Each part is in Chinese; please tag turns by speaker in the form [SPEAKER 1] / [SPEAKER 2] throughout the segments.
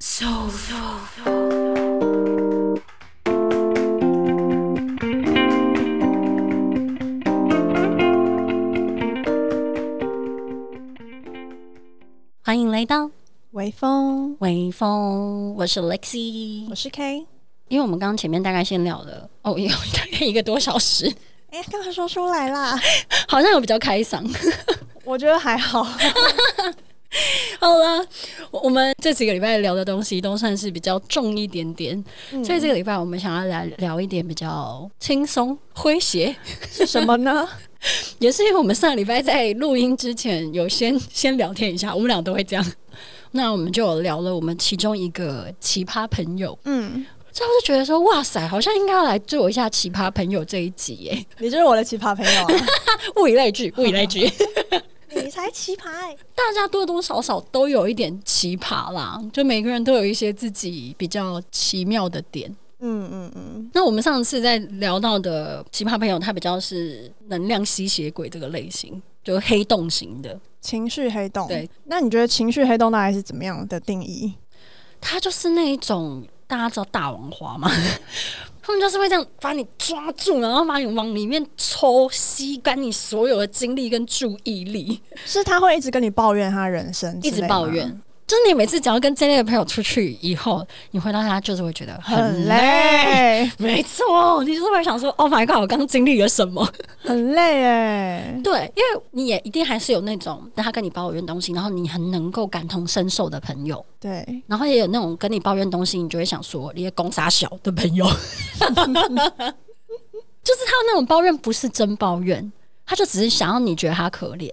[SPEAKER 1] So, so, so. 欢迎来到
[SPEAKER 2] 微风，
[SPEAKER 1] 微风，我是 Lexi
[SPEAKER 2] 我。是 K。
[SPEAKER 1] 因为我们刚刚前面大概先聊了哦，有大概一个多小时，
[SPEAKER 2] 哎、干嘛说出来啦？
[SPEAKER 1] 好像有比较开嗓。
[SPEAKER 2] 我觉得还好。
[SPEAKER 1] 好了，我我们这几个礼拜聊的东西都算是比较重一点点，
[SPEAKER 2] 嗯
[SPEAKER 1] 所以这个礼拜我们想要来聊一点比较轻松诙谐，
[SPEAKER 2] 是什么呢？
[SPEAKER 1] 也是因为我们上个礼拜在录音之前有先 先聊天一下，我们俩都会这样。 那我们就有聊了我们其中一个奇葩朋友，
[SPEAKER 2] 嗯，
[SPEAKER 1] 所以我就觉得说，哇塞，好像应该要来做一下奇葩朋友这一集耶，
[SPEAKER 2] 你就是我的奇葩朋友啊！
[SPEAKER 1] 物以类聚，物以类聚。
[SPEAKER 2] 你才奇葩、欸！
[SPEAKER 1] 大家多多少少都有一点奇葩啦，就每个人都有一些自己比较奇妙的点。
[SPEAKER 2] 嗯嗯嗯，
[SPEAKER 1] 那我们上次在聊到的奇葩朋友，他比较是能量吸血鬼这个类型，就是黑洞型的。
[SPEAKER 2] 情绪黑洞。
[SPEAKER 1] 对，
[SPEAKER 2] 那你觉得情绪黑洞大概是怎么样的定义？
[SPEAKER 1] 他就是那一种大家知道大王花吗？ 他们就是会这样把你抓住，然后把你往里面抽，吸干你所有的精力跟注意力，
[SPEAKER 2] 是他会一直跟你抱怨他人生，
[SPEAKER 1] 一直抱怨，。就是你每次只要跟这类的朋友出去以后，你回到家就是会觉得
[SPEAKER 2] 很
[SPEAKER 1] 很累，
[SPEAKER 2] 累，
[SPEAKER 1] 没错，你就是会想说，Oh my god，我刚经历了什么？
[SPEAKER 2] 很 累哎。
[SPEAKER 1] 对，因为你也一定还是有那种他跟你抱怨东西，然后你很能够感同身受的朋友，
[SPEAKER 2] 对，
[SPEAKER 1] 然后也有那种跟你抱怨东西，你就会想说，你也攻傻小的朋友， 就是他那种抱怨不是真抱怨，他就只是想要你觉得他可怜，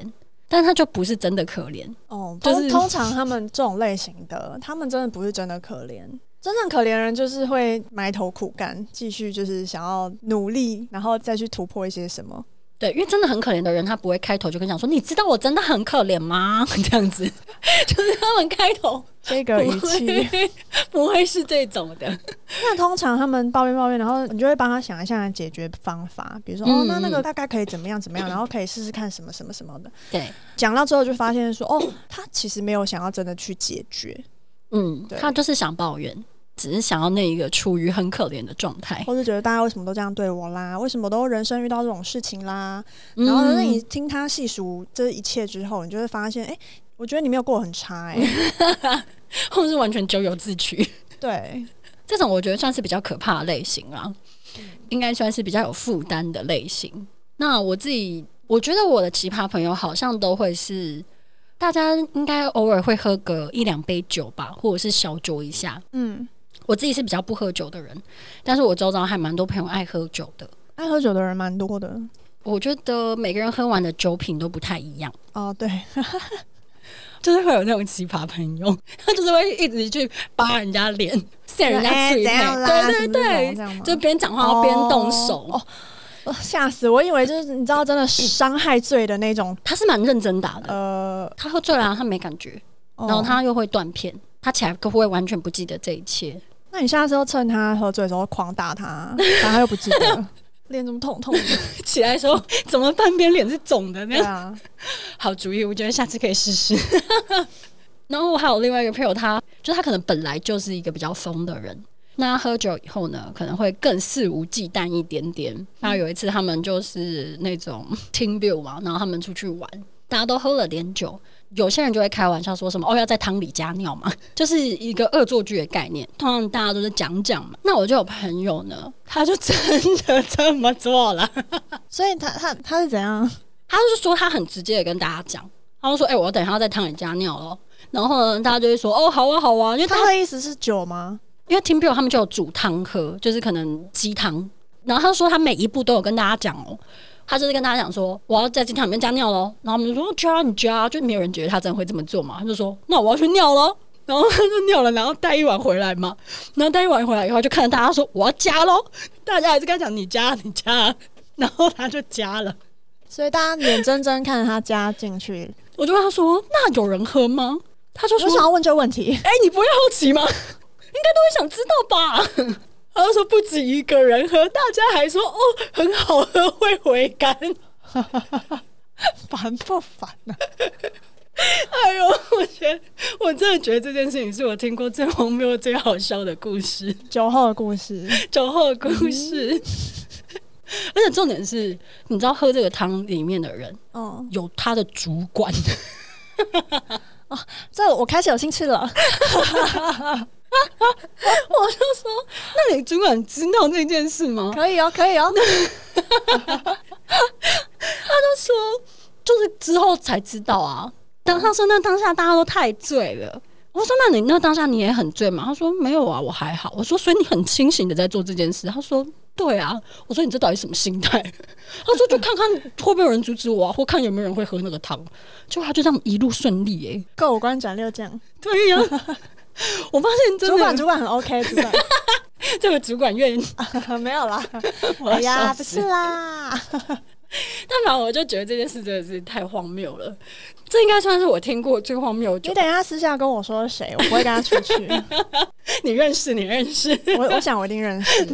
[SPEAKER 1] 但他就不是真的可怜。
[SPEAKER 2] 哦，
[SPEAKER 1] 就
[SPEAKER 2] 就是是通常他们这种类型的， 他们真的不是真的可怜。真正可怜人就是会埋头苦干，继续就是想要努力，然后再去突破一些 什么。
[SPEAKER 1] 对，因为真的很可怜的人，他不会开头就跟你讲说，你知道我真的很可怜吗？ 这样子，就是他们开头
[SPEAKER 2] 这
[SPEAKER 1] 不
[SPEAKER 2] 个语气，
[SPEAKER 1] 会不会是这种的。
[SPEAKER 2] 那通常他们抱怨抱怨，然后你就会帮他想一下解决方法，比如说、哦
[SPEAKER 1] 嗯，
[SPEAKER 2] 那那
[SPEAKER 1] 嗯
[SPEAKER 2] 个大概可以怎么样怎么样，然后可以试试看什么什么什么的。
[SPEAKER 1] 对，
[SPEAKER 2] 讲到之后就发现说，哦，他其实没有想要真的去解决，
[SPEAKER 1] 嗯，
[SPEAKER 2] 对
[SPEAKER 1] 他就是想抱怨，只是想要那一个处于很可怜的状态。
[SPEAKER 2] 或是觉得大家为什么都这样对我啦，为什么都人生遇到这种事情啦。然后，
[SPEAKER 1] 嗯
[SPEAKER 2] 那你听他细数这一切之后，你就会发现，哎、我觉得你没有过得很差、诶，
[SPEAKER 1] 嗯
[SPEAKER 2] 哎，
[SPEAKER 1] 或是完全咎由自取，
[SPEAKER 2] 对，
[SPEAKER 1] 这种我觉得算是比较可怕的类型啦，应该算是比较有负担的类型。那我自己，我觉得我的奇葩朋友好像都会是，大家应该偶尔会喝个一两杯酒吧，或者是小酌一下。
[SPEAKER 2] 嗯，
[SPEAKER 1] 我自己是比较不喝酒的人，但是我周遭还蛮多朋友爱喝酒的。
[SPEAKER 2] 爱喝酒的人蛮多的。
[SPEAKER 1] 我觉得每个人喝完的酒品都不太一样。
[SPEAKER 2] 哦，对，
[SPEAKER 1] 就是会有那种奇葩朋友， 他就是会一直去扒人家 脸、扇人家
[SPEAKER 2] 哎
[SPEAKER 1] 嘴
[SPEAKER 2] 怎
[SPEAKER 1] 配，
[SPEAKER 2] 样啦？
[SPEAKER 1] 对对对
[SPEAKER 2] 什么什么这，样吗
[SPEAKER 1] 就边讲话边动手。
[SPEAKER 2] 哦，哦吓、死我！以为就是你知道，真的伤害罪的那种，
[SPEAKER 1] 他是蛮认真打的，
[SPEAKER 2] 呃，
[SPEAKER 1] 他喝醉了、他没感觉，
[SPEAKER 2] 哦
[SPEAKER 1] 然后，他又会断片，他起来会不会完全不记得这一切？
[SPEAKER 2] 那你下次要趁他喝醉的时候狂打他，然后他又不记 得，脸怎么痛 痛的？
[SPEAKER 1] 起来的时候怎么半边脸是肿的那
[SPEAKER 2] 对
[SPEAKER 1] 样？
[SPEAKER 2] 啊，
[SPEAKER 1] 好主意，我觉得下次可以试试。 然后我还有另外一个朋友他，就他可能本来就是一个比较疯的人，那他喝酒以后呢，可能会更肆无忌惮一点点。那有一次他们就是那种 team build 嘛，然后他们出去玩，大家都喝了点酒。有些人就会开玩笑说什么哦，要在汤里加尿嘛， 就是一个恶作剧的概念。通常大家都是讲讲嘛。那我就有朋友呢，他就真的 这么做了。
[SPEAKER 2] 所以他他他是怎样？
[SPEAKER 1] 他就是说他很直接的跟大家讲，他就说：“哎、我等一下要在汤里加尿咯。然后呢，大家就会说：“哦，好啊，好啊。”因为他
[SPEAKER 2] 他的意思是酒吗？
[SPEAKER 1] 因为 Team Bill 他们就有煮汤喝，就是可能鸡汤。然后他说他每一步都有跟大家讲哦，他就是跟大家讲说：“我要在鸡汤里面加尿咯。然后他们就说：“加啊你加啊。”就没有人觉得他真的会这么做嘛。他就说：“那我要去尿咯。然后他就尿了，然后带一碗回来嘛。然后带一碗回来以后，就看到大家说：“我要加咯。大家还是跟他讲：“你加，你加。”然后他就加了。
[SPEAKER 2] 所以大家眼睁睁看着他加进去，
[SPEAKER 1] 我就问他说：“那有人喝吗？”他就
[SPEAKER 2] 我
[SPEAKER 1] 说
[SPEAKER 2] 想：“要问这个问 题，
[SPEAKER 1] 哎、你不会好奇吗？应该 都会想知道吧？” 他就说：“不止一个人喝，大家还说哦，很好 哎喝，会回甘。”
[SPEAKER 2] 烦不烦啊？
[SPEAKER 1] 哎呦，我觉得我真的觉得这件事情是我听过最荒谬、最好笑的故事，
[SPEAKER 2] 酒后的故事，
[SPEAKER 1] 酒后的故事。嗯而且重点是，你知道喝这个汤里面的人
[SPEAKER 2] 嗯，
[SPEAKER 1] 有他的主管，
[SPEAKER 2] 这我开始有兴趣 了。
[SPEAKER 1] 那你主管知道这件事吗？
[SPEAKER 2] 可以哦，可以哦。
[SPEAKER 1] 他说，就是之后才知道啊。当他说那当下大家都太醉了，我说那你那当下你也很醉吗？他说没有啊，我还好。我说所以你很清醒的在做这件事。他说对啊。我说你这到底什么心态？ 他说就看看会不会有人阻止我啊，或看有没有人会喝那个汤。结果他就这样一路顺利诶、
[SPEAKER 2] 过五关斩六将，
[SPEAKER 1] 对呀、 我发现真
[SPEAKER 2] 主管
[SPEAKER 1] 的
[SPEAKER 2] 主管很 OK，主管
[SPEAKER 1] 这个主管愿意，
[SPEAKER 2] 没有啦。
[SPEAKER 1] 我要
[SPEAKER 2] 哎呀，
[SPEAKER 1] 笑
[SPEAKER 2] 不
[SPEAKER 1] 死
[SPEAKER 2] 是啦，
[SPEAKER 1] 但反正我就觉得这件事真的是太荒谬了，这应该算是我听过最荒谬的酒
[SPEAKER 2] 你等一下私下跟我说是谁，我不会跟他出 去。
[SPEAKER 1] 你认识，你认识，
[SPEAKER 2] 我我想我一定认识。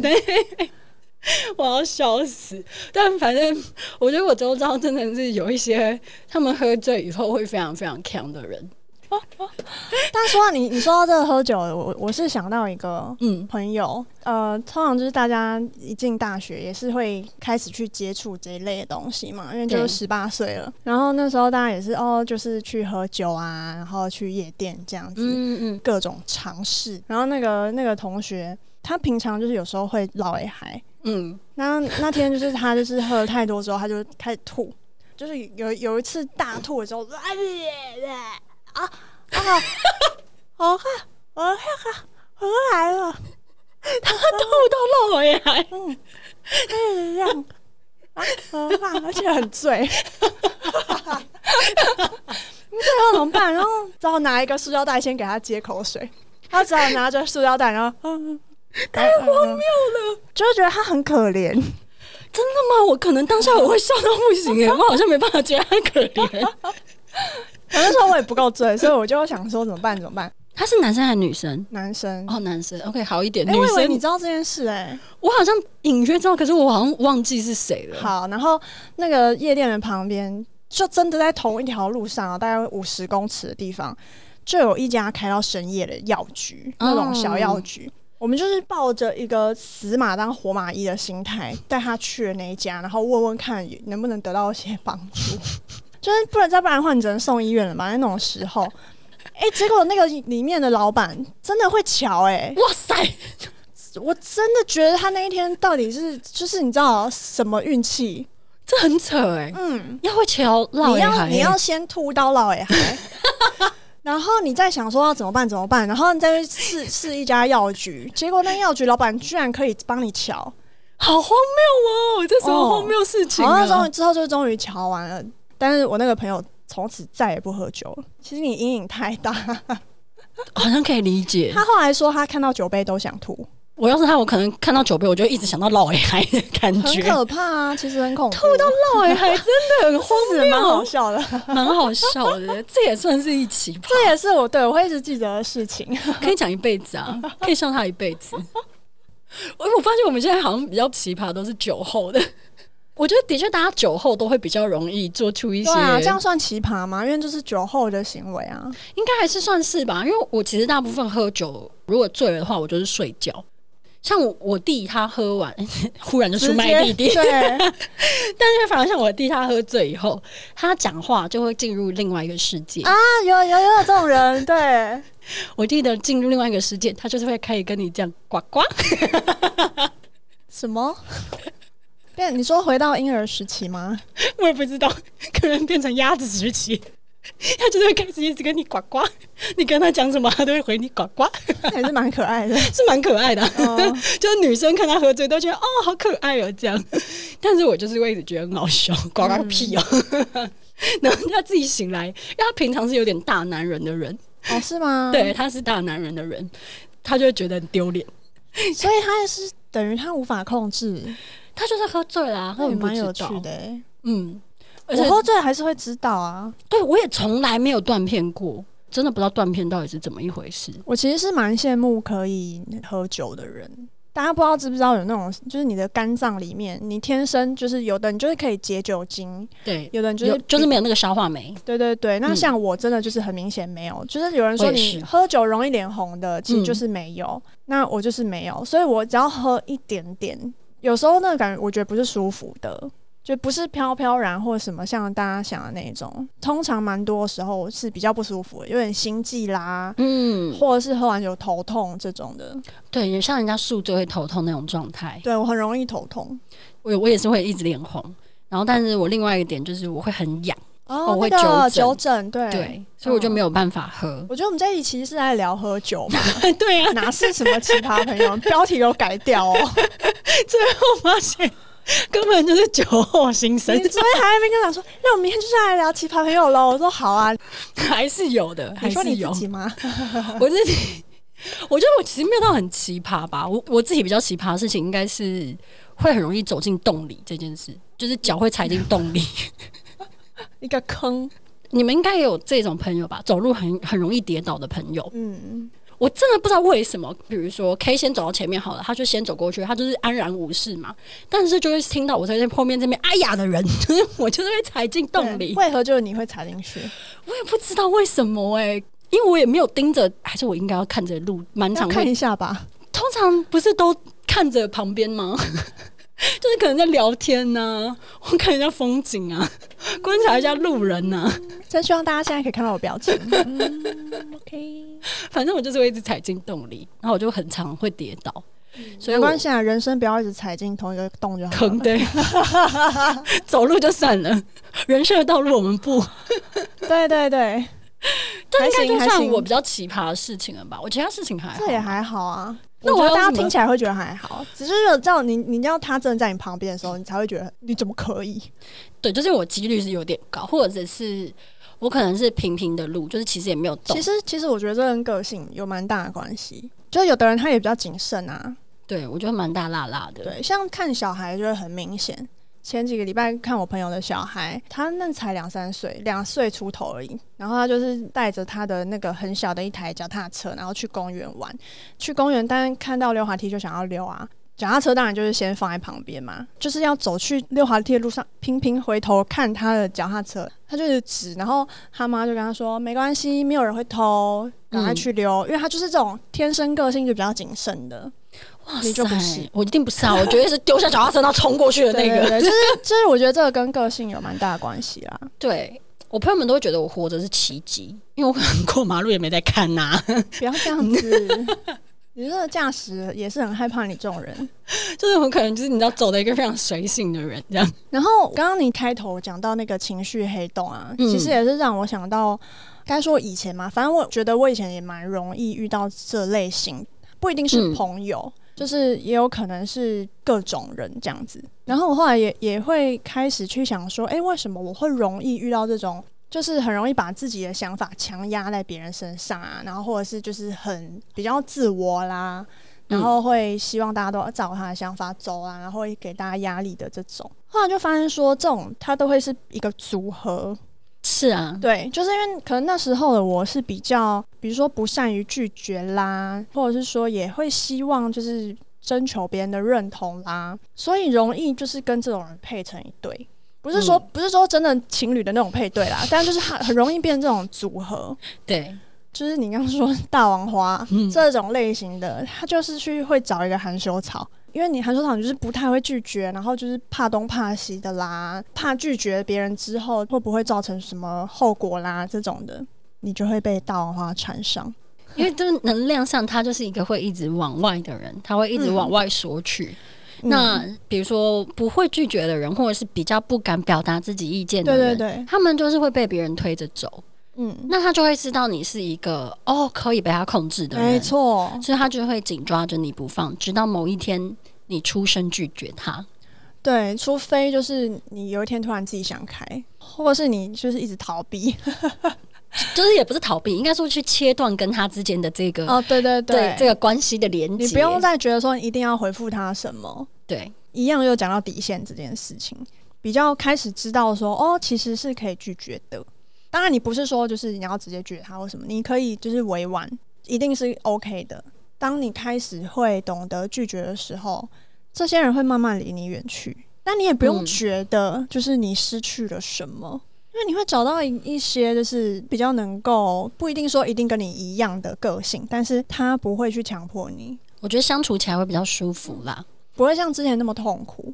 [SPEAKER 1] 我要笑死。但反正我觉得我周遭真的是有一些他们喝醉以后会非常非常强的人。
[SPEAKER 2] 但说到你，你说到这个喝酒，我我是想到一个
[SPEAKER 1] 嗯
[SPEAKER 2] 朋友，呃，通常就是大家一进大学也是会开始去接触这一类的东西嘛，因为就是
[SPEAKER 1] 对
[SPEAKER 2] 十八岁了，然后那时候大家也是哦，就是去喝酒啊，然后去夜店这样子，
[SPEAKER 1] 嗯嗯，
[SPEAKER 2] 各种尝试。然后那个那个同学，他平常就是有时候会老哎嗨，
[SPEAKER 1] 嗯，
[SPEAKER 2] 那那天就是他就是喝了太多之后，他就开始吐，就是有有一次大吐的时候，啊啊啊！我看我看我来了，
[SPEAKER 1] 不到漏也还
[SPEAKER 2] 就是这样啊，我看，而且很醉。最后怎么办？然后只好拿一个塑料袋先给他接口水，他只好拿着塑料袋，然后嗯，太荒谬了，就是觉得他很可怜。
[SPEAKER 1] 真的吗？我可能当下我会笑到不行哎，我好像没办法觉得他可怜。
[SPEAKER 2] 我那时候我也不够醉，所以我就想说怎么办？怎么办？
[SPEAKER 1] 他是男生还是女生？
[SPEAKER 2] 男生，
[SPEAKER 1] 哦，男生，OK，好一点。
[SPEAKER 2] 哎、
[SPEAKER 1] 女
[SPEAKER 2] 我以为
[SPEAKER 1] 生，
[SPEAKER 2] 你知道这件事哎、
[SPEAKER 1] 我好像隐约知道，可是我好像忘记是谁了。
[SPEAKER 2] 好，然后那个夜店的旁边，就真的在同一条路上啊，大概五十公尺的地方，就有一家开到深夜的药局，那种小药局。我们就是抱着一个死马当活马医的心态，带他去了那一家，然后问问看能不能得到一些帮助， 就是不然再不然的话，你只能送医院了嘛。在那种时候，哎、结果那个里面的老板真的会瞧哎、
[SPEAKER 1] 哇塞，
[SPEAKER 2] 我真的觉得他那一天到底是就是你知道什么运气？
[SPEAKER 1] 这很扯哎。
[SPEAKER 2] 嗯，
[SPEAKER 1] 要会瞧老
[SPEAKER 2] 你
[SPEAKER 1] 也
[SPEAKER 2] 要
[SPEAKER 1] 还
[SPEAKER 2] 你要先吐到老哎还， 然后你再想说要怎么办怎么办，然后你再去试试一家药局，结果那药局老板居然可以帮你瞧，
[SPEAKER 1] 好荒谬哦！这什么荒谬事情
[SPEAKER 2] 好，
[SPEAKER 1] 啊？
[SPEAKER 2] 那终于之后就终于瞧完了，但是我那个朋友从此再也不喝酒了。其实你阴影太大，
[SPEAKER 1] 好像可以理解。
[SPEAKER 2] 他后来说他看到酒杯都想吐，
[SPEAKER 1] 我要是他，我可能看到酒杯，我就一直想到老爷孩的感
[SPEAKER 2] 很
[SPEAKER 1] 觉。
[SPEAKER 2] 可怕啊，其实很恐怖，
[SPEAKER 1] 到老爷孩真的很荒
[SPEAKER 2] 是蛮好
[SPEAKER 1] 谬，
[SPEAKER 2] 笑 的，
[SPEAKER 1] 蛮好笑的。这也算是一奇 葩，
[SPEAKER 2] 这也是我对我会一直记得的事情。
[SPEAKER 1] 可以讲一辈子啊，可以笑他一辈子。我我发现我们现在好像比较奇葩，都是酒后的。我觉得的确，大家酒后都会比较容易做出一些，
[SPEAKER 2] 对啊，这样算奇葩吗？因为就是酒后的行为啊。
[SPEAKER 1] 应该还是算是吧，因为我其实大部分喝酒，如果醉了的话，我就是睡觉。像我我弟他喝完， 忽然就出卖弟弟
[SPEAKER 2] 直，接对，
[SPEAKER 1] 但是反而像我弟他喝醉以后，他讲话就会进入另外一个世界。
[SPEAKER 2] 啊 有有有这种人，对，
[SPEAKER 1] 我弟的进入另外一个世界，他就是会开始跟你这样呱呱。
[SPEAKER 2] 什么？变你说回到婴儿时期吗？
[SPEAKER 1] 我也不知道，可能变成鸭子时期，他就是会开始一直跟你呱呱。你跟他讲什么，他都会回你呱呱，
[SPEAKER 2] 那也是蛮可爱的。
[SPEAKER 1] 是蛮可爱的啊、
[SPEAKER 2] 哦，
[SPEAKER 1] 就是女生看他喝醉都觉得哦好可爱哦这样，但是我就是会一直觉得很好笑，呱呱个屁哦。 然后他自己醒来，因为他平常是有点大男人的人，
[SPEAKER 2] 哦是吗？
[SPEAKER 1] 对，，他是大男人的人，他就会觉得很丢脸。
[SPEAKER 2] 所以他也是等于他无法控制，
[SPEAKER 1] 他就是喝醉啦、他
[SPEAKER 2] 那也
[SPEAKER 1] 们不
[SPEAKER 2] 蛮
[SPEAKER 1] 知
[SPEAKER 2] 有
[SPEAKER 1] 道
[SPEAKER 2] 趣。的欸。
[SPEAKER 1] 嗯，而且
[SPEAKER 2] 我喝醉还是会知道啊。
[SPEAKER 1] 对我也从来没有断片过，真的不知道断片到底是怎么一回事。
[SPEAKER 2] 我其实是蛮羡慕可以喝酒的人，大家不知道知不知道有那种，就是你的肝脏里面，你天生就是有的，你就是可以解酒精，
[SPEAKER 1] 对，
[SPEAKER 2] 有的人就
[SPEAKER 1] 有
[SPEAKER 2] 是
[SPEAKER 1] 就是没有那个消化酶，
[SPEAKER 2] 对对对。那
[SPEAKER 1] 嗯
[SPEAKER 2] 像我真的就是很明显没有，就是有人说
[SPEAKER 1] 我也
[SPEAKER 2] 你
[SPEAKER 1] 是
[SPEAKER 2] 喝酒容易脸红的，其实
[SPEAKER 1] 嗯
[SPEAKER 2] 就是没有。那我就是没有，所以我只要喝一点点，有时候那个感觉我觉得不是舒服的。就不是飘飘然或什么像大家想的那种，通常蛮多时候是比较不舒服的，有点心悸啦，
[SPEAKER 1] 嗯，
[SPEAKER 2] 或者是喝完酒头痛这种的。
[SPEAKER 1] 对，也像人家宿醉会头痛那种状态，
[SPEAKER 2] 对我很容易头痛
[SPEAKER 1] 我有我也是会一直脸红，然后但是我另外一个点就是我会很痒，
[SPEAKER 2] 哦
[SPEAKER 1] 我会
[SPEAKER 2] 那个
[SPEAKER 1] 纠
[SPEAKER 2] 纠
[SPEAKER 1] 正
[SPEAKER 2] 正，对。哦
[SPEAKER 1] 对，所以我就没有办法喝，
[SPEAKER 2] 我觉得我们这一期其实是在聊喝酒嘛，
[SPEAKER 1] 对啊，
[SPEAKER 2] 哪是什么奇葩朋友，标题有改掉哦。
[SPEAKER 1] 我发现根本就是酒后心
[SPEAKER 2] 你
[SPEAKER 1] 生，
[SPEAKER 2] 昨天还在那边跟我讲说，那我们明天就是来聊奇葩朋友喽。我说好啊，
[SPEAKER 1] 还是有的，还
[SPEAKER 2] 你说
[SPEAKER 1] 是
[SPEAKER 2] 你
[SPEAKER 1] 有
[SPEAKER 2] 自，己吗？
[SPEAKER 1] 我自己，我觉得我其实没有到很奇葩吧。我我自己比较奇葩的事情，应该是会很容易走进洞里这件事，就是脚会踩进洞 里。
[SPEAKER 2] 一个坑，
[SPEAKER 1] 你们应该也有这种朋友吧？走路很很容易跌倒的朋友，
[SPEAKER 2] 嗯，
[SPEAKER 1] 我真的不知道为什么。比如说 K 先走到前面好了，他就先走过去，他就是安然无事嘛。但是就会听到我在后面这边哎呀的人， 就是我就是会踩进洞
[SPEAKER 2] 对
[SPEAKER 1] 里。
[SPEAKER 2] 为何就是你会踩进去？
[SPEAKER 1] 我也不知道为什么哎、因为我也没有盯着，还是我应该要看着路，蛮
[SPEAKER 2] 要
[SPEAKER 1] 常会
[SPEAKER 2] 看一下吧。
[SPEAKER 1] 通常不是都看着旁边吗？ 就是可能在聊天呐、或看一下风景啊， 观察一下路人啊呐、
[SPEAKER 2] 真希望大家现在可以看到我表情。嗯，OK，
[SPEAKER 1] 反正我就是会一直踩进洞里，然后我就很常会跌倒， 所以
[SPEAKER 2] 没
[SPEAKER 1] 我
[SPEAKER 2] 关系啊，人生不要一直踩进同一个洞就好
[SPEAKER 1] 坑
[SPEAKER 2] 了。
[SPEAKER 1] 对， 走路就算了， 人生的道路我们不。
[SPEAKER 2] 对对对，
[SPEAKER 1] 但
[SPEAKER 2] 还
[SPEAKER 1] 应该
[SPEAKER 2] 行
[SPEAKER 1] 就
[SPEAKER 2] 还
[SPEAKER 1] 算
[SPEAKER 2] 行
[SPEAKER 1] 我，比较奇葩的事情了吧？我其他事情还好
[SPEAKER 2] 这也还好啊。
[SPEAKER 1] 那
[SPEAKER 2] 我觉
[SPEAKER 1] 我要
[SPEAKER 2] 得大家
[SPEAKER 1] 怎么
[SPEAKER 2] 听起来会觉得还好，只是有这样你你要他真的在你旁边的时候，你才会觉得你怎么可以？
[SPEAKER 1] 对，就是我几率是有点高，或者是我可能是平平的路，就是其实也没有动
[SPEAKER 2] 其。实其实我觉得这跟个性有蛮大的关系。就有的人他也比较谨慎啊，
[SPEAKER 1] 对我觉得蛮大辣辣的。
[SPEAKER 2] 对，像看小孩就会很明显。前几个礼拜看我朋友的小孩，他那才两三岁，两岁出头而已。然后他就是带着他的那个很小的一台脚踏车，然后去公园玩。去公园，当然看到溜滑梯就想要溜啊。脚踏车当然就是先放在旁边嘛，就是要走去溜滑梯的路上，频频回头看他的脚踏车，他就是指，然后他妈就跟他说：“没关系，没有人会偷，赶快
[SPEAKER 1] 嗯
[SPEAKER 2] 去溜。因为他就是这种天生个性就比较谨慎的，
[SPEAKER 1] 哇
[SPEAKER 2] 你就不是，
[SPEAKER 1] 我一定不是啊！我绝对是丢下脚踏车然后冲过去的那
[SPEAKER 2] 对对
[SPEAKER 1] 个。
[SPEAKER 2] 对，就是就是，我觉得这个跟个性有蛮大的关系啦。
[SPEAKER 1] 对我朋友们都会觉得我活着是奇迹，因为我可能过马路也没在看呐、
[SPEAKER 2] 不要这样子，你这个驾驶也是很害怕你这种人。
[SPEAKER 1] 就是我可能就是你知道走的一个非常随性的人这样。
[SPEAKER 2] 然后刚刚你开头讲到那个情绪黑洞啊，
[SPEAKER 1] 嗯
[SPEAKER 2] 其实也是让我想到，该说以前嘛，反正我觉得我以前也蛮容易遇到这类型，不一定是
[SPEAKER 1] 嗯
[SPEAKER 2] 朋友。就是也有可能是各种人这样子，然后我后来也也会开始去想说，诶，为什么我会容易遇到这种，就是很容易把自己的想法强压在别人身上啊，然后或者是就是很比较自我啦，
[SPEAKER 1] 嗯
[SPEAKER 2] 然后会希望大家都照他的想法走啊，然后会给大家压力的这种。后来就发现说，这种它都会是一个组合，
[SPEAKER 1] 是啊，
[SPEAKER 2] 对，就是因为可能那时候的我是比较，比如说不善于拒绝啦，或者是说也会希望就是征求别人的认同啦，所以容易就是跟这种人配成一对。不是说、
[SPEAKER 1] 嗯
[SPEAKER 2] 不是说真的情侣的那种配对啦，但就是很很容易变这种组合。
[SPEAKER 1] 对，
[SPEAKER 2] 就是你刚刚说大王花、
[SPEAKER 1] 嗯
[SPEAKER 2] 这种类型的，他就是去会找一个含羞草，因为你含羞草你就是不太会拒绝，然后就是怕东怕西的啦，怕拒绝别人之后会不会造成什么后果啦这种的，你就会被大王花缠上。
[SPEAKER 1] 因为就是能量上他就是一个会一直往外的人，他会一直往外索取。
[SPEAKER 2] 嗯
[SPEAKER 1] 那比如说不会拒绝的人，或者是比较不敢表达自己意见的
[SPEAKER 2] 对
[SPEAKER 1] 人，
[SPEAKER 2] 对对，
[SPEAKER 1] 他们就是会被别人推着走。
[SPEAKER 2] 嗯，
[SPEAKER 1] 那他就会知道你是一个哦可以被他控制的人，
[SPEAKER 2] 没错，
[SPEAKER 1] 所以他就会紧抓着你不放，直到某一天你出声拒绝他。
[SPEAKER 2] 对，除非就是你有一天突然自己想开，或是你就是一直逃避。
[SPEAKER 1] 就是也不是逃避，应该说去切断跟他之间的这个、
[SPEAKER 2] 哦，对对
[SPEAKER 1] 对这个关系的连接。
[SPEAKER 2] 你不用再觉得说你一定要回复他什么。
[SPEAKER 1] 对
[SPEAKER 2] 一样又讲到底线这件事情，比较开始知道说，哦，其实是可以拒绝的。当哦然，你不是说就是你要直接拒绝他或什么，你可以就是委婉，一定是 OK 的。当你开始会懂得拒绝的时候，这些人会慢慢离你远去。但你也不用
[SPEAKER 1] 嗯
[SPEAKER 2] 觉得就是你失去了什么，因为你会找到一一些就是比较能够不一定说一定跟你一样的个性，但是他不会去强迫你，
[SPEAKER 1] 我觉得相处起来会比较舒服啦。
[SPEAKER 2] 不会像之前那么痛苦。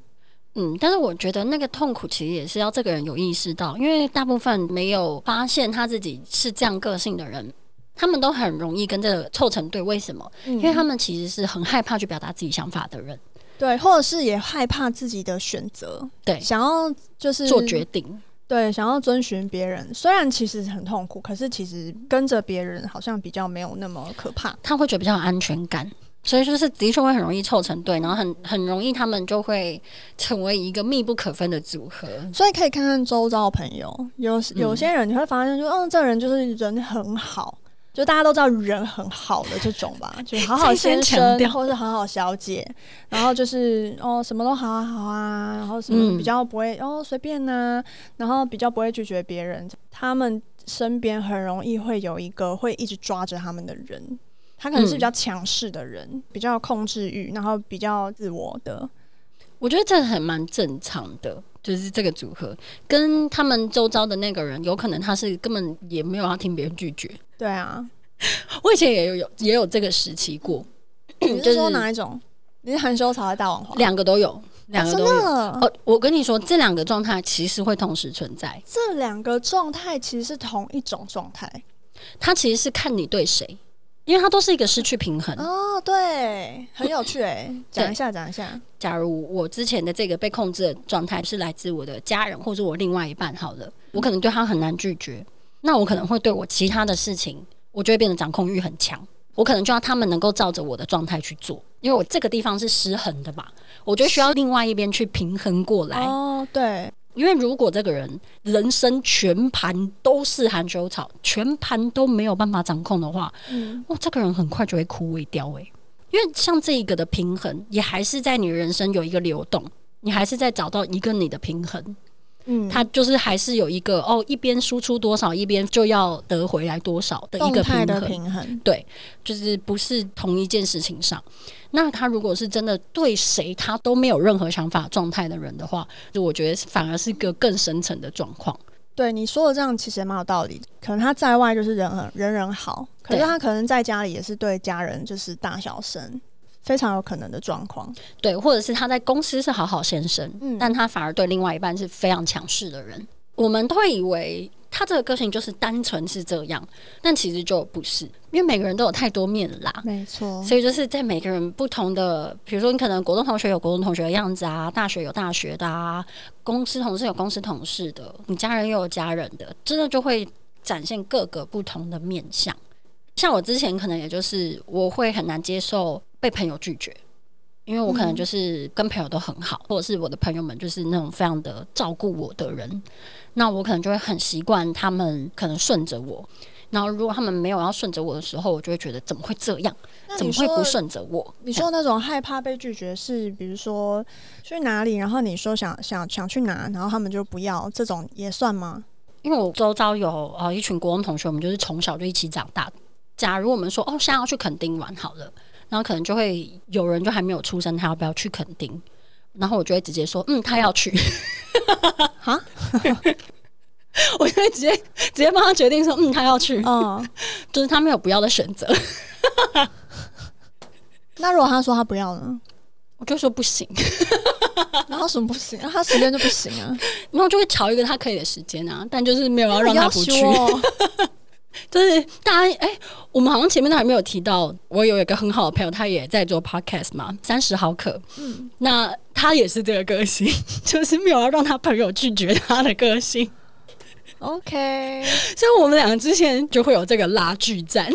[SPEAKER 1] 嗯，但是我觉得那个痛苦其实也是要这个人有意识到，因为大部分没有发现他自己是这样个性的人，他们都很容易跟这个凑成对。为什么？
[SPEAKER 2] 因
[SPEAKER 1] 因为他们其实是很害怕去表达自己想法的人，
[SPEAKER 2] 对，或者是也害怕自己的选择，
[SPEAKER 1] 对
[SPEAKER 2] 想要就是
[SPEAKER 1] 做决定。
[SPEAKER 2] 对，想要遵循别人，虽然其实很痛苦，可是其实跟着别人好像比较没有那么可怕。
[SPEAKER 1] 他会觉得比较有安全感，所以就是的确会很容易凑成对，然后很很容易他们就会成为一个密不可分的组合。
[SPEAKER 2] 所以可以看看周遭的朋友，有
[SPEAKER 1] 嗯
[SPEAKER 2] 有些人你会发现就，嗯，这个人就是人很好，就大家都知道人很好的这种 吧，就好好
[SPEAKER 1] 再三
[SPEAKER 2] 先
[SPEAKER 1] 强
[SPEAKER 2] 生
[SPEAKER 1] 调
[SPEAKER 2] 或是好好小姐，然后就是哦什么都好啊好啊，然后什么
[SPEAKER 1] 嗯
[SPEAKER 2] 比较不会、哦随便呐、然后比较不会拒绝别人，他们身边很容易会有一个会一直抓着他们的人。他可能是比较强势的人，比较有控制欲，然后比较自我的，
[SPEAKER 1] 我觉得这还蛮正常的。就是这个组合跟他们周遭的那个人，有可能他是根本也没有要听别人拒绝。
[SPEAKER 2] 对啊。
[SPEAKER 1] 我以前也有有也有这个时期过，
[SPEAKER 2] 哦你
[SPEAKER 1] 就是
[SPEAKER 2] 说哪一种？你是含羞草还是大王花？啊
[SPEAKER 1] 两个都有，两个
[SPEAKER 2] 真
[SPEAKER 1] 都有。
[SPEAKER 2] 的，
[SPEAKER 1] 哦，我跟你说，这两个状态其实会同时存在，
[SPEAKER 2] 这两个状态其实是同一种状态
[SPEAKER 1] 它其实是看你对谁，因为它都是一个失去平衡。
[SPEAKER 2] 哦，对，很有趣 哎、讲一下，讲一下，哦
[SPEAKER 1] 假如我之前的这个被控制的状态是来自我的家人或者我另外一半，好了，我可能对他很难拒绝，那我可能会对我其他的事情，我就会变得掌控欲很强，我可能就要他们能够照着我的状态去做，因为我这个地方是失衡的吧，我觉得需要另外一边去平衡过来。
[SPEAKER 2] 哦，对，
[SPEAKER 1] 因为如果这个人人生全盘都是含羞草，全盘都没有办法掌控的话，
[SPEAKER 2] 嗯，
[SPEAKER 1] 哇，这个人很快就会枯萎掉诶、因为像这一个的平衡，也还是在你人生有一个流动，你还是在找到一个你的平衡，
[SPEAKER 2] 嗯，
[SPEAKER 1] 它就是还是有一个哦，一边输出多少，一边就要得回来多少的一
[SPEAKER 2] 动
[SPEAKER 1] 个
[SPEAKER 2] 态
[SPEAKER 1] 平
[SPEAKER 2] 的
[SPEAKER 1] 衡，
[SPEAKER 2] 平衡，
[SPEAKER 1] 就是不是同一件事情上。那他如果是真的对谁他都没有任何想法状态的人的话，就我觉得反而是一个更深层的状况。
[SPEAKER 2] 对你说的这样其实也蛮有道理。可能他在外就是人很人人好，可是
[SPEAKER 1] 对
[SPEAKER 2] 他可能在家里也是对家人就是大小声，非常有可能的状况。
[SPEAKER 1] 对，或者是他在公司是好好先生，
[SPEAKER 2] 嗯
[SPEAKER 1] 但他反而对另外一半是非常强势的人。我们都会以为他这个个性就是单纯是这样，但其实就不是，因为每个人都有太多面啦。
[SPEAKER 2] 没错，
[SPEAKER 1] 所以就是在每个人不同的，比如说你可能国中同学有国中同学的样子啊，大学有大学的啊，公司同事有公司同事的，啊你家人又有家人的，真的就会展现各个不同的面相。像我之前可能也就是我会很难接受被朋友拒绝，因为我可能就是跟朋友都很好，或者是我的朋友们就是那种非常的照顾我的人，那我可能就会很习惯他们可能顺着我。然后，如果他们没有要顺着我的时候，我就会觉得怎么会这样？
[SPEAKER 2] 那
[SPEAKER 1] 怎
[SPEAKER 2] 你
[SPEAKER 1] 么会
[SPEAKER 2] 说
[SPEAKER 1] 不顺着我？
[SPEAKER 2] 你说那种害怕被拒绝是，比如说去哪里，然后你说想想想去哪，然后他们就不要，这种也算吗？
[SPEAKER 1] 因为我周遭有呃一群国中同学，我们就是从小就一起长大的。假如我们说哦，现在要去垦丁玩好了，然后可能就会有人就还没有出生，他要不要去垦丁？然后我就会直接说，嗯，他要去。
[SPEAKER 2] 哈，
[SPEAKER 1] 我就会直接直接帮他决定说，嗯，他要去，
[SPEAKER 2] 嗯，
[SPEAKER 1] 就是他没有不要的选择。
[SPEAKER 2] 那如果他说他不要呢？
[SPEAKER 1] 我就说不行，
[SPEAKER 2] 然后什么不行？啊、他时间就不行 啊，
[SPEAKER 1] 然后就会调一个他可以的时间啊，但就是没有要让他
[SPEAKER 2] 要
[SPEAKER 1] 不
[SPEAKER 2] 求
[SPEAKER 1] 去。就是大家哎、我们好像前面都还没有提到，我有一个很好的朋友，他也在做 podcast 嘛，三十毫克。嗯，那他也是这个个性， 就是没有要让他朋友拒绝他的个性，
[SPEAKER 2] OK，
[SPEAKER 1] 所以我们两个之前就会有这个拉锯战。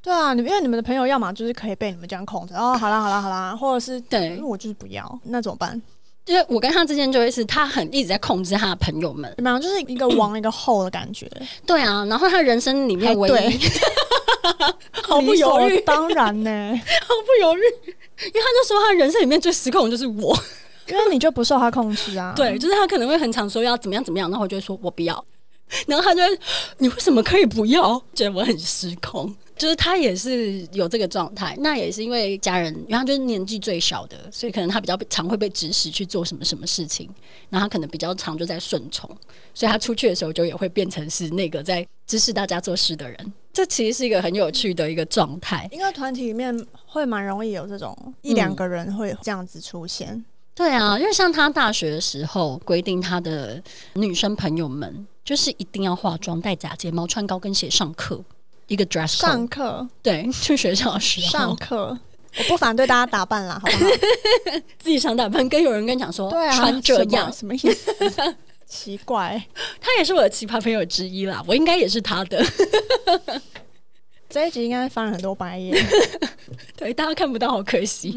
[SPEAKER 2] 对啊，你们因为你们的朋友要么就是可以被你们这样控制，哦，好啦好啦好啦，或者是因
[SPEAKER 1] 对
[SPEAKER 2] 为，我就是不要，那怎么办？
[SPEAKER 1] 就是我跟他之间就会是他很一直在控制他的朋友们。
[SPEAKER 2] 你们好像就是一个王一个后的感觉，
[SPEAKER 1] 对啊，然后他人生里面唯一
[SPEAKER 2] 哎 对
[SPEAKER 1] 毫不犹
[SPEAKER 2] 理
[SPEAKER 1] 豫
[SPEAKER 2] 所，当然呢、
[SPEAKER 1] 毫不犹豫，因为他就说他人生里面最失控的就是我。
[SPEAKER 2] 因为你就不受他控制啊。
[SPEAKER 1] 对，就是他可能会很常说要怎么样怎么样，然后我就会说我不要，然后他就会你为什么可以不要？觉得我很失控，就是他也是有这个状态，那也是因为家人，因为他就是年纪最小的，所以可能他比较被常会被指使去做什么什么事情，然后他可能比较常就在顺从，所以他出去的时候就也会变成是那个在指使大家做事的人。这其实是一个很有趣的一个状态。
[SPEAKER 2] 一个团体里面会蛮容易有这种一两个人会这样子出现。
[SPEAKER 1] 对啊，因为像他大学的时候规定他的女生朋友们就是一定要化妆、戴假睫毛、穿高跟鞋上课，一个 dress code。
[SPEAKER 2] 上课，
[SPEAKER 1] 对，去学校的时候
[SPEAKER 2] 上课，我不反对大家打扮啦，好不好？
[SPEAKER 1] 自己想打扮，跟有人跟你讲说
[SPEAKER 2] 对啊，
[SPEAKER 1] 穿这样，
[SPEAKER 2] 什么什么意思？ 奇怪，
[SPEAKER 1] 他也是我的奇葩朋友之一啦，我应该也是他的。
[SPEAKER 2] 这一集应该翻了很多白眼。
[SPEAKER 1] 对，大家看不到，好可惜。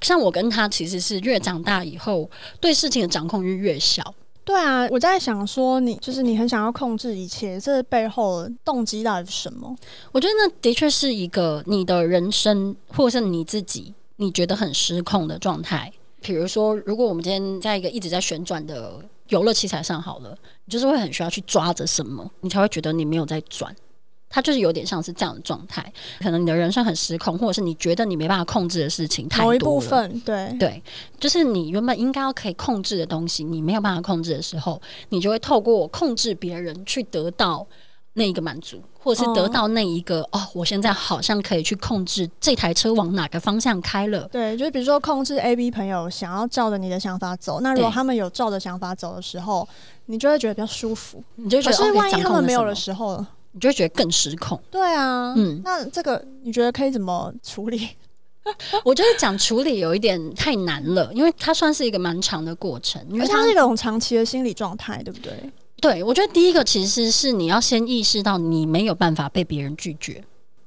[SPEAKER 1] 像我跟他其实是越长大以后，对事情的掌控欲越小。
[SPEAKER 2] 对啊，我在想说你，就是你很想要控制一切，这背后动机到底是什么？
[SPEAKER 1] 我觉得那的确是一个你的人生，或是你自己，你觉得很失控的状态。比如说，如果我们今天在一个一直在旋转的游乐器材上好了，你就是会很需要去抓着什么，你才会觉得你没有在转。它就是有点像是这样的状态，可能你的人生很失控，或者是你觉得你没办法控制的事情太多
[SPEAKER 2] 某
[SPEAKER 1] 了。
[SPEAKER 2] 一部分，对，
[SPEAKER 1] 对，就是你原本应该要可以控制的东西，你没有办法控制的时候，你就会透过控制别人去得到那一个满足，或者是得
[SPEAKER 2] 哦
[SPEAKER 1] 到那一个哦我现在好像可以去控制这台车往哪个方向开了。
[SPEAKER 2] 对，就是比如说控制 A、B 朋友想要照着你的想法走，那如果
[SPEAKER 1] 对
[SPEAKER 2] 他们有照着想法走的时候，你就会觉得比较舒服。
[SPEAKER 1] 你就会觉
[SPEAKER 2] 可
[SPEAKER 1] 得，
[SPEAKER 2] 是
[SPEAKER 1] 哦可
[SPEAKER 2] 万
[SPEAKER 1] 以
[SPEAKER 2] 一
[SPEAKER 1] 掌
[SPEAKER 2] 他
[SPEAKER 1] 控
[SPEAKER 2] 们没有
[SPEAKER 1] 什
[SPEAKER 2] 的
[SPEAKER 1] 么
[SPEAKER 2] 时候，
[SPEAKER 1] 你就会觉得更失控。
[SPEAKER 2] 对啊，
[SPEAKER 1] 嗯
[SPEAKER 2] 那这个你觉得可以怎么处理？
[SPEAKER 1] 我觉得讲处理有一点太难了，因为它算是一个蛮长的过程，因
[SPEAKER 2] 因
[SPEAKER 1] 为
[SPEAKER 2] 为
[SPEAKER 1] 它
[SPEAKER 2] 它是一种长期的心理状态，对不对？
[SPEAKER 1] 对，我觉得第一个其实是你要先意识到你没有办法被别人拒绝。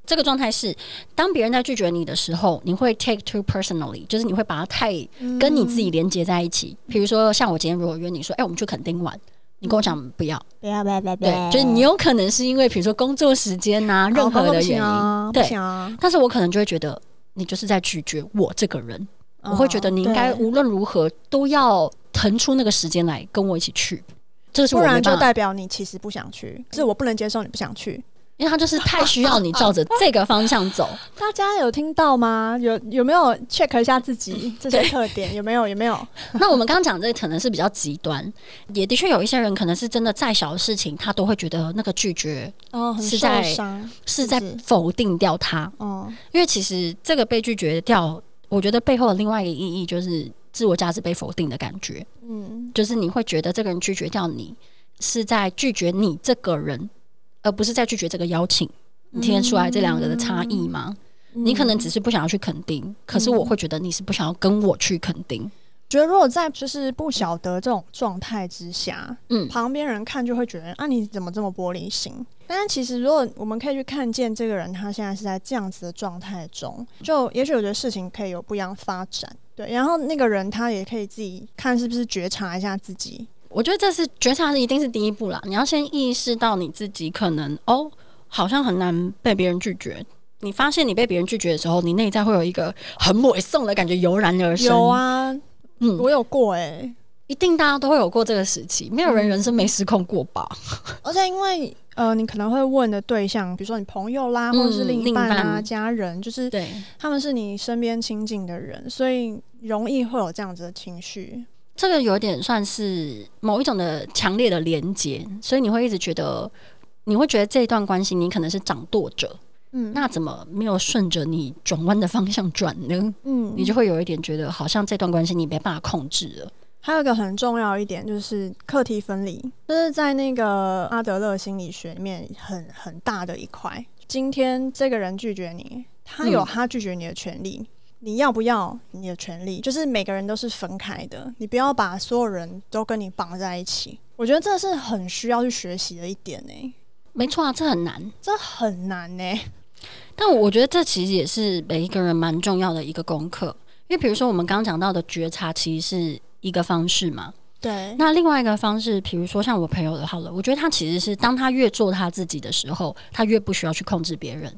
[SPEAKER 1] 这个状态是，当别人在拒绝你的时候，你会 take too personally，就是你会把它太
[SPEAKER 2] 嗯
[SPEAKER 1] 跟你自己连接在一起。比如说，像我今天如果约你说，哎、我们去垦丁玩，你跟我讲不要，
[SPEAKER 2] 不要不要不要，
[SPEAKER 1] 对，就是你有可能是因为比如说工作时间呐、任何的原因，
[SPEAKER 2] 啊、
[SPEAKER 1] 对
[SPEAKER 2] 哦不行啊，
[SPEAKER 1] 但是我可能就会觉得你就是在拒绝我这个人，我会觉得你应该
[SPEAKER 2] 嗯对
[SPEAKER 1] 无论如何都要腾出那个时间来跟我一起去。这个是
[SPEAKER 2] 不
[SPEAKER 1] 我没
[SPEAKER 2] 然
[SPEAKER 1] 办
[SPEAKER 2] 就
[SPEAKER 1] 法
[SPEAKER 2] 代表你其实不想去，是我不能接受你不想去。
[SPEAKER 1] 因为他就是太需要你照着这个方向走。
[SPEAKER 2] 大家有听到吗？有有没有 check 一下自 己这些特点？有没有？有没有？
[SPEAKER 1] 那我们刚刚讲这个可能是比较极端，也的确有一些人可能是真的再小的事情，他都会觉得那个拒绝
[SPEAKER 2] 哦，很
[SPEAKER 1] 是
[SPEAKER 2] 受
[SPEAKER 1] 在
[SPEAKER 2] 伤。
[SPEAKER 1] 是在
[SPEAKER 2] 是不是
[SPEAKER 1] 否定掉他，
[SPEAKER 2] 哦，
[SPEAKER 1] 因为其实这个被拒绝掉，我觉得背后的另外一个意义就是自我价值被否定的感觉，
[SPEAKER 2] 嗯，
[SPEAKER 1] 就是你会觉得这个人拒绝掉你是在拒绝你这个人，而不是在拒绝这个邀请。你听得出来这两个的差异吗？你可能只
[SPEAKER 2] 是
[SPEAKER 1] 是不想要去肯定，可是我会觉得你是不想要跟我去肯定。
[SPEAKER 2] 觉得，如果在就是不晓得这种状态之下，
[SPEAKER 1] 嗯，
[SPEAKER 2] 旁边人看就会觉得啊，你怎么这么玻璃心？但是其实，如果我们可以去看见这个人，他现在是在这样子的状态中，就也许我觉得事情可以有不一样的发展。对，然后那个人他也可以自己看是不是觉察一下自己。
[SPEAKER 1] 我觉得这是觉察是一定是第一步啦。你要先意识到你自己可能哦，好像很难被别人拒绝。你发现你被别人拒绝的时候，你内在会有一个很委送的感觉油然而生。
[SPEAKER 2] 有，啊，
[SPEAKER 1] 嗯，
[SPEAKER 2] 我有过哎、
[SPEAKER 1] 一定大家都会有过这个时期，没有人人生没失控过吧？
[SPEAKER 2] 而且因为呃，你可能会问的对象，比如说你朋友啦，
[SPEAKER 1] 嗯
[SPEAKER 2] 或者是另一半
[SPEAKER 1] 另一
[SPEAKER 2] 啊、
[SPEAKER 1] 半
[SPEAKER 2] 家人，就是
[SPEAKER 1] 对，
[SPEAKER 2] 他们是你身边亲近的人，所以容易会有这样子的情绪。
[SPEAKER 1] 这个有点算是某一种的强烈的连接，所以你会一直觉得，你会觉得这一段关系你可能是掌舵者，
[SPEAKER 2] 嗯，
[SPEAKER 1] 那怎么没有顺着你转弯的方向转呢？
[SPEAKER 2] 嗯，
[SPEAKER 1] 你就会有一点觉得，好像这段关系你没办法控制了。
[SPEAKER 2] 还有一个很重要一点就是课题分离，就是在那个阿德勒心理学里面很很大的一块。今天这个人拒绝你，他有
[SPEAKER 1] 嗯
[SPEAKER 2] 他拒绝你的权利，你要不要你的权利？就是每个人都是分开的，你不要把所有人都跟你绑在一起。我觉得这是很需要去学习的一点呢、
[SPEAKER 1] 没错啊，这很难。
[SPEAKER 2] 这很难呢、欸
[SPEAKER 1] 但我觉得这其实也是每一个人蛮重要的一个功课，因为比如说我们刚刚讲到的觉察，其实是一个方式嘛。
[SPEAKER 2] 对，
[SPEAKER 1] 那另外一个方式，比如说像我朋友的好了，我觉得他其实是当他越做他自己的时候，他越不需要去控制别人，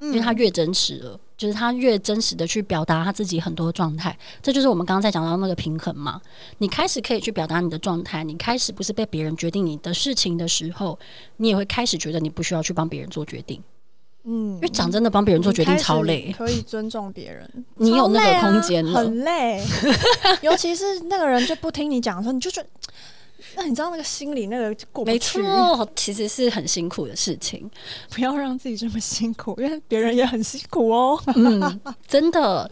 [SPEAKER 2] 因
[SPEAKER 1] 因为他
[SPEAKER 2] 嗯
[SPEAKER 1] 越真实了，就是他越真实的去表达他自己很多状态。这就是我们刚刚在讲到那个平衡嘛。你开始可以去表达你的状态，你开始不是被别人决定你的事情的时候，你也会开始觉得你不需要去帮别人做决定。
[SPEAKER 2] 嗯
[SPEAKER 1] 因为讲真的，帮别人做决定超
[SPEAKER 2] 一开
[SPEAKER 1] 累
[SPEAKER 2] 始。可以尊重别人，
[SPEAKER 1] 你有那个空间
[SPEAKER 2] 超累啊
[SPEAKER 1] 了
[SPEAKER 2] 很 累。尤其是那个人就不听你讲的时候，你就觉得，那你知道那个心里那个过不
[SPEAKER 1] 没
[SPEAKER 2] 去，
[SPEAKER 1] 错，其实是很辛苦的事情。
[SPEAKER 2] 不要让自己这么辛苦，因为别人也很辛苦哦。
[SPEAKER 1] 嗯，真的。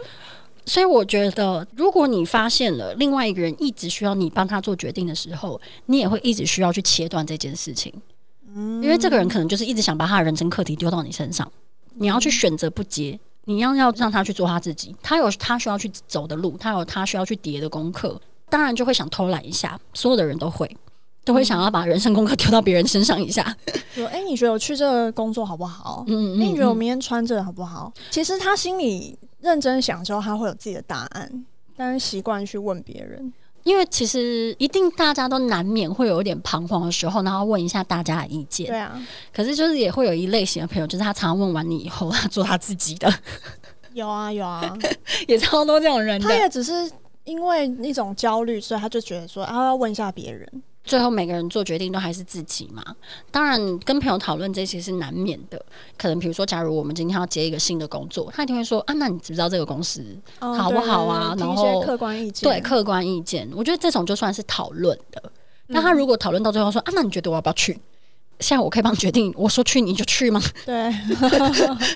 [SPEAKER 1] 所以我觉得，如果你发现了另外一个人一直需要你帮他做决定的时候，你也会一直需要去切断这件事情，
[SPEAKER 2] 嗯
[SPEAKER 1] 因为这个人可能就是一直想把他的人生课题丢到你身上，你
[SPEAKER 2] 嗯
[SPEAKER 1] 要去选择不接，你要要让他去做他自己，他有他需要去走的路，他有他需要去叠的功课，当然就会想偷懒一下，所有的人都会。都会想
[SPEAKER 2] 嗯
[SPEAKER 1] 要把人生功课丢到别人身上一下，
[SPEAKER 2] 说，哎、你觉得我去这个工作好不好？哎
[SPEAKER 1] 嗯，嗯
[SPEAKER 2] 那你觉得我
[SPEAKER 1] 嗯
[SPEAKER 2] 明天穿这个好不好？其实他心里认真想之后，他会有自己的答案，但是习惯去问别人。
[SPEAKER 1] 因为其实一定大家都难免会有一点彷徨的时候，然后问一下大家的意
[SPEAKER 2] 对
[SPEAKER 1] 见。
[SPEAKER 2] 啊，
[SPEAKER 1] 可是就是也会有一类型的朋友，就是他常常问完你以后，他做他自己的，
[SPEAKER 2] 有啊，有啊，
[SPEAKER 1] 也超多这种人
[SPEAKER 2] 他
[SPEAKER 1] 的。
[SPEAKER 2] 也只是因为一种焦虑，所以他就觉得说，啊，要问一下别人。
[SPEAKER 1] 最后每个人做决定都还是自己嘛。当然，跟朋友讨论这些是难免的。可能比如说，假如我们今天要接一个新的工作，他一定会说啊，那你知不知道这个公司
[SPEAKER 2] 嗯
[SPEAKER 1] 好不好啊
[SPEAKER 2] 对对对
[SPEAKER 1] 然
[SPEAKER 2] 提
[SPEAKER 1] 后
[SPEAKER 2] 一些客观意见，
[SPEAKER 1] 对客观意见？我觉得这种就算是讨论的。
[SPEAKER 2] 嗯
[SPEAKER 1] 那他如果讨论到最后说啊，那你觉得我要不要去？现在我可以帮你决定，我说去你就去吗？
[SPEAKER 2] 对，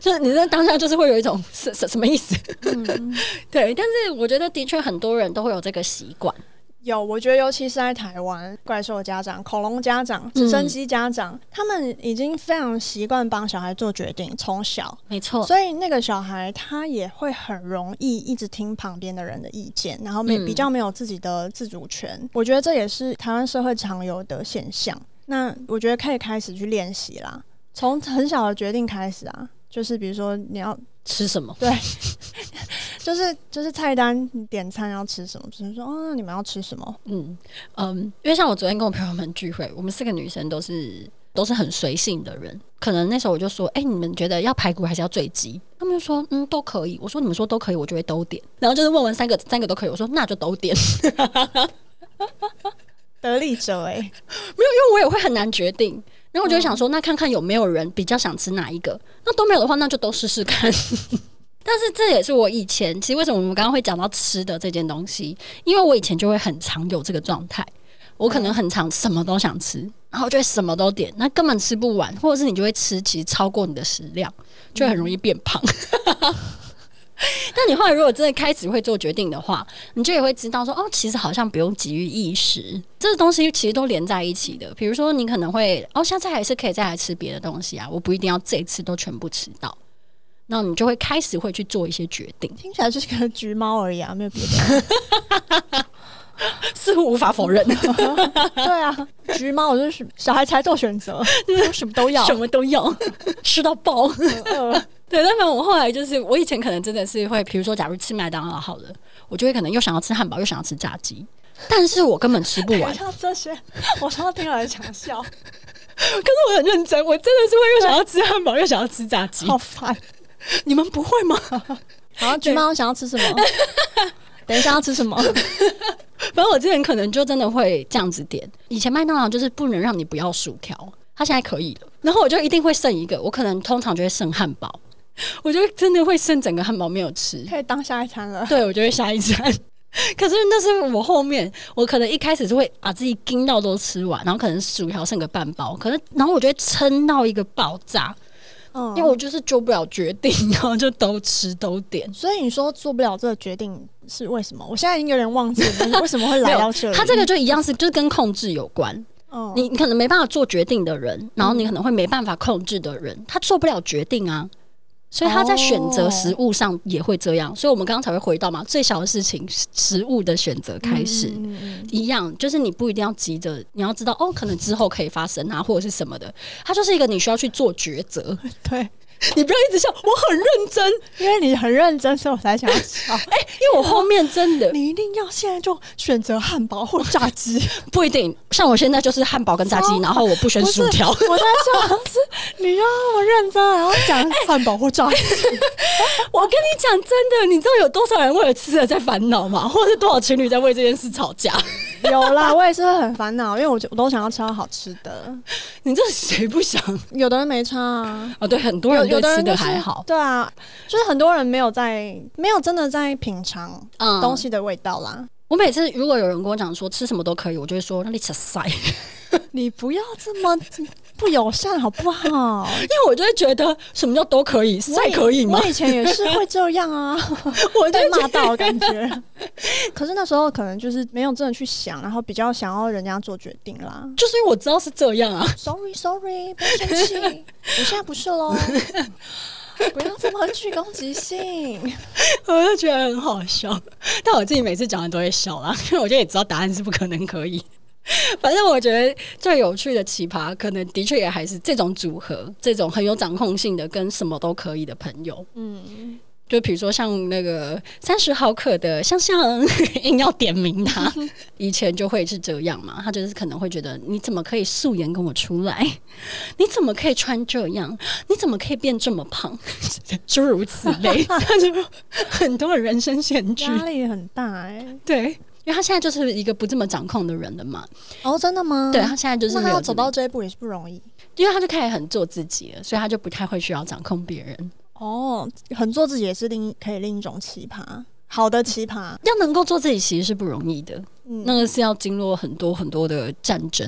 [SPEAKER 1] 就是你在当下就是会有一种 什什什么意思？
[SPEAKER 2] 嗯，
[SPEAKER 1] 对，但是我觉得的确很多人都会有这个习惯，
[SPEAKER 2] 有，我觉得尤其是在台湾，怪兽家长、恐龙家长、直升机家长，他们已经非常习惯帮小孩做决定，从小，
[SPEAKER 1] 没错，
[SPEAKER 2] 所以那个小孩他也会很容易一直听旁边的人的意见，然后没、
[SPEAKER 1] 嗯
[SPEAKER 2] 比较没有自己的自主权。我觉得这也是台湾社会常有的现象。那我觉得可以开始去练习啦，从很小的决定开始啊，就是比如说你要
[SPEAKER 1] 吃什么？
[SPEAKER 2] 就是就是菜单，你点餐要吃什么？只是说哦，那你们要吃什么？
[SPEAKER 1] 嗯嗯，因为像我昨天跟我朋友们聚会，我们四个女生都是都是很随性的人，可能那时候我就说，哎、你们觉得要排骨还是要醉鸡？他们就说，嗯，都可以。我说你们说都可以，我就会都点。然后就是问完三个，三个都可以，我说那就都点，
[SPEAKER 2] 得利者哎、
[SPEAKER 1] 因为我也会很难决定。然后我就会想说，那看看有没有人比较想吃哪一个。那都没有的话，那就都试试看。 但是这也是我以前，其实为什么我们刚刚会讲到吃的这件东西，因为我以前就会很常有这个状态，我可能很常什么都想吃，然后就会什么都点，那根本吃不完，或者是你就会吃其实超过你的食量，就会很容易变胖。嗯 但你后来如果真的开始会做决定的话，你就也会知道说，哦，其实好像不用急于一时，这东西其实都连在一起的。比如说，你可能会，哦，下次还是可以再来吃别的东西啊，我不一定要这一次都全部吃到。那你就会开始会去做一些决定，
[SPEAKER 2] 听起来就是个橘猫而已啊，没有别的。
[SPEAKER 1] 似乎无法否认，
[SPEAKER 2] 对啊，橘猫，我就是小孩才做选择，我什么都要，呃
[SPEAKER 1] 什么都要 吃到爆。
[SPEAKER 2] 很饿
[SPEAKER 1] 对，但反正我后来就是，我以前可能真的是会，比如说，假如吃麦当劳好了，我就会可能又想要吃汉堡，又想要吃炸鸡，但是我根本吃不
[SPEAKER 2] 我
[SPEAKER 1] 完。
[SPEAKER 2] 像这些，我常常听人想笑，
[SPEAKER 1] 可是我很认真，我真的是会又想要吃汉堡，又想要吃炸鸡
[SPEAKER 2] 好烦。
[SPEAKER 1] 你们不会吗？
[SPEAKER 2] 然后橘猫想要吃什么？等一下要吃什么？
[SPEAKER 1] 反正我之前可能就真的会这样子点。以前麦当劳就是不能让你不要薯条，它现在可以了。然后我就一定会剩一个，我可能通常就会剩汉堡，我就真的会剩整个汉堡没有吃。
[SPEAKER 2] 可以当下一餐了。
[SPEAKER 1] 对，我就会下一餐。 可是那是我后面，我可能一开始是会把自己盯到都吃完，然后可能薯条剩个半包，可能然后我就会撑到一个爆炸，
[SPEAKER 2] 嗯，
[SPEAKER 1] 因为我就是做不了决定，然后就都吃都点。
[SPEAKER 2] 所以你说做不了这个决定是为什么？我现在已经有点忘记 了为什么会来到这里。
[SPEAKER 1] 它这个就一样是就是跟控制有关，
[SPEAKER 2] 嗯，
[SPEAKER 1] 你你可能没办法做决定的人，然后你可能会没办法控制的人，他做不了决定啊。所以他在选择食物上也会这样，所以我们刚刚才会回到嘛，最小的事情，食物的选择开始、
[SPEAKER 2] 嗯嗯嗯
[SPEAKER 1] 一样，就是你不一定要急着，你要知道哦，可能之后可以发生啊，或者是什么的，它就是一个你需要去做抉择。
[SPEAKER 2] 嗯对，
[SPEAKER 1] 你不要一直笑，我很认真，
[SPEAKER 2] 因为你很认真，所以我才想要笑。
[SPEAKER 1] 因为我后面真的
[SPEAKER 2] 你一定要现在就选择汉堡或炸鸡。
[SPEAKER 1] 不一定，像我现在就是汉堡跟炸鸡，然后我不选
[SPEAKER 2] 不是
[SPEAKER 1] 薯条，
[SPEAKER 2] 我在想是你让我认真，然后讲汉堡或 炸鸡，
[SPEAKER 1] 我跟你 讲真的，你知道有多少人为了吃的在烦恼吗？或者是多少情侣在为这件事吵架？
[SPEAKER 2] 有啦，我也是会很烦恼，因为我就我都想要吃到好吃的，
[SPEAKER 1] 你这谁不想？
[SPEAKER 2] 有的人没差啊。
[SPEAKER 1] 哦，对，很多
[SPEAKER 2] 有
[SPEAKER 1] 人
[SPEAKER 2] 有
[SPEAKER 1] 对
[SPEAKER 2] 的
[SPEAKER 1] 吃
[SPEAKER 2] 人就
[SPEAKER 1] 的
[SPEAKER 2] 是
[SPEAKER 1] 还好，
[SPEAKER 2] 对啊，就是很多人没有在没有真的在品尝
[SPEAKER 1] 嗯，
[SPEAKER 2] 东西的味道啦。
[SPEAKER 1] 我每次如果有人跟我讲说吃什么都可以，我就会说那你吃 塞，因
[SPEAKER 2] 你不要这么不友善好不好？
[SPEAKER 1] 为我就会觉得什么叫都可以，
[SPEAKER 2] 我
[SPEAKER 1] 塞
[SPEAKER 2] 以
[SPEAKER 1] 可以吗
[SPEAKER 2] 我？以前也是会这样啊，
[SPEAKER 1] 我就觉
[SPEAKER 2] 被骂
[SPEAKER 1] 得
[SPEAKER 2] 到的感觉。 可是那时候可能就是没有真的去想，然后比较想要人家做决定啦。
[SPEAKER 1] 就是因为我知道是这样啊，
[SPEAKER 2] Sorry Sorry，不要生气，我现在不是喽。不要这么具攻击性，
[SPEAKER 1] 我就觉得很好笑。但我自己每次讲的都会笑啦， 因为我就也知道答案是不可能可以。 反正我觉得最有趣的奇葩，可能的确也还是这种组合，这种很有掌控性的，跟什么都可以的朋友。
[SPEAKER 2] 嗯，
[SPEAKER 1] 就比如说像那个三十毫克的香 香，硬要点名他，
[SPEAKER 2] 嗯
[SPEAKER 1] 以前就会是这样嘛，他就是可能会觉得你怎么可以素颜跟我出来？ 你怎么可以穿这样？你怎么可以变这么胖？ 诸如此 类，他就很多人生限制。
[SPEAKER 2] 压力很大哎、
[SPEAKER 1] 对，因为他现在就是一个不这么掌控的人了嘛。
[SPEAKER 2] 哦，真的吗？
[SPEAKER 1] 对他，现在就是
[SPEAKER 2] 那
[SPEAKER 1] 没
[SPEAKER 2] 他
[SPEAKER 1] 有
[SPEAKER 2] 要
[SPEAKER 1] 这
[SPEAKER 2] 走
[SPEAKER 1] 么
[SPEAKER 2] 到，这一步也是不容易
[SPEAKER 1] 因为他就开始很做自己了，所以他就不太会需要掌控别人。
[SPEAKER 2] 哦。很做自己也是另一可以另一种奇葩，好的奇葩。
[SPEAKER 1] 要能够做自己其实是不容易的。
[SPEAKER 2] 嗯，
[SPEAKER 1] 那个是要经过很多很多的战争。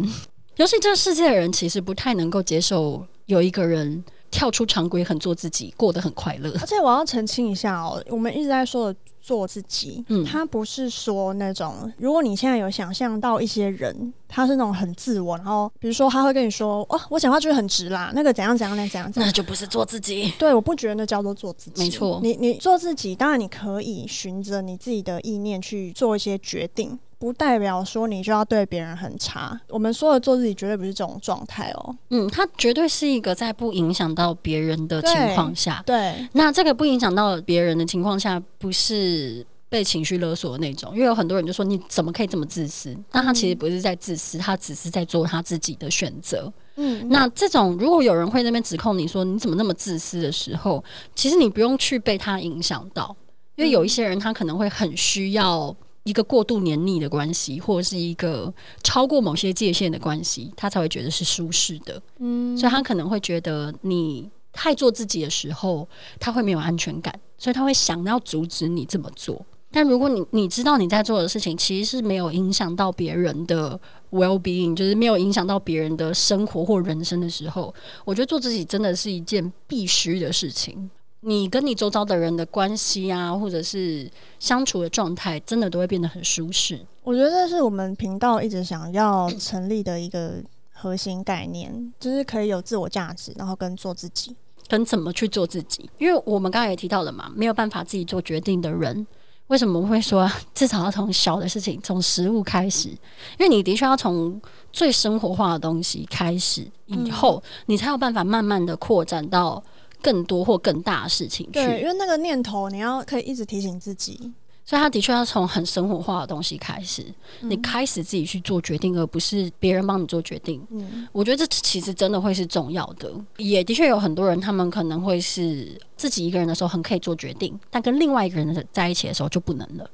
[SPEAKER 1] 尤其这个世界的人其实不太能够接受有一个人跳出常规，很做自己，过得很快乐。
[SPEAKER 2] 而且我要澄清一下哦，我们一直在说的做自己，
[SPEAKER 1] 嗯
[SPEAKER 2] 他不是说那种，如果你现在有想象到一些人，他是那种很自我，然后比如说他会跟你说，哦，我讲话就是很 直啦，那个怎样怎样，那怎样怎 样。
[SPEAKER 1] 那就不是做自己。
[SPEAKER 2] 对，我不觉得那叫做做自己。
[SPEAKER 1] 没错
[SPEAKER 2] 你你做自己，当然你可以循着你自己的意念去做一些决定，不代表说你就要对别人很差。我们说的做自己，绝对不是这种状态哦。
[SPEAKER 1] 嗯，他绝对是一个在不影响到别人的情况下。
[SPEAKER 2] 对，
[SPEAKER 1] 那这个不影响到别人的情况下，不是被情绪勒索的那种，因为有很多人就说你怎么可以这么自私？那他其实不是在自私，他只是在做他自己的选择。
[SPEAKER 2] 嗯，
[SPEAKER 1] 那这种如果有人会在那边指控你说你怎么那么自私的时候，其实你不用去被他影响到，因为有一些人他可能会很需要一个过度黏腻的关系，或者是一个超过某些界限的关系，他才会觉得是舒适的，
[SPEAKER 2] 嗯
[SPEAKER 1] 所以他可能会觉得你太做自己的时候，他会没有安全感，所以他会想要阻止你这么做。但如果你你知道你在做的事情其实是没有影响到别人的 well being，就是没有影响到别人的生活或人生的时候，我觉得做自己真的是一件必须的事情。你跟你周遭的人的关系啊，或者是相处的状态，真的都会变得很舒适。
[SPEAKER 2] 我觉得这是我们频道一直想要成立的一个核心概念，就是可以有自我价值，然后跟做自己。
[SPEAKER 1] 跟怎么去做自己，因为我们刚才也提到了嘛，没有办法自己做决定的人，为什么会说至少要从小的事情，从食物开始？因为你的确要从最生活化的东西开始，以后、你才有办法慢慢的扩展到更多或更大的事情去。
[SPEAKER 2] 对，因为那个念头你要可以一直提醒自己。
[SPEAKER 1] 所以他的确要从很生活化的东西开始，你开始自己去做决定，而不是别人帮你做决定。
[SPEAKER 2] 嗯，
[SPEAKER 1] 我觉得这其实真的会是重要的，也的确有很多人，他们可能会是自己一个人的时候很可以做决定，但跟另外一个人在一起的时候就不能了。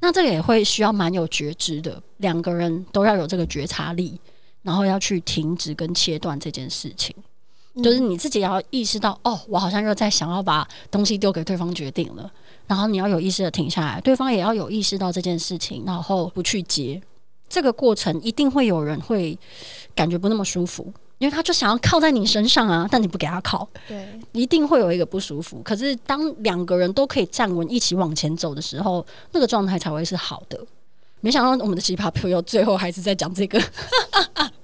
[SPEAKER 1] 那这个也会需要蛮有觉知的，两个人都要有这个觉察力，然后要去停止跟切断这件事情。就是你自己也要意识到，哦，我好像又在想要把东西丢给对方决定了，然后你要有意识的停下来，对方也要有意识到这件事情，然后不去接。这个过程一定会有人会感觉不那么舒服，因为他就想要靠在你身上啊，但你不给他靠，
[SPEAKER 2] 对，
[SPEAKER 1] 一定会有一个不舒服。可是当两个人都可以站稳，一起往前走的时候，那个状态才会是好的。没想到我们的奇葩朋友最后还是在讲这个，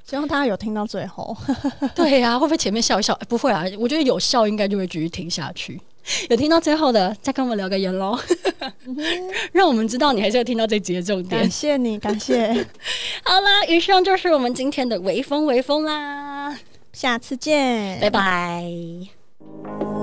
[SPEAKER 2] 希望大家有听到最后。
[SPEAKER 1] 对呀、会不会前面笑一笑？哎不会啊，我觉得有笑应该就会继续听下去。 有听到最后的，再跟我们聊个言喽，嗯 让我们知道你还是要听到这集的重
[SPEAKER 2] 感
[SPEAKER 1] 点。
[SPEAKER 2] 谢你，感 谢，
[SPEAKER 1] 好啦，以上就是我们今天的微风微风啦，
[SPEAKER 2] 下次见，
[SPEAKER 1] 拜拜。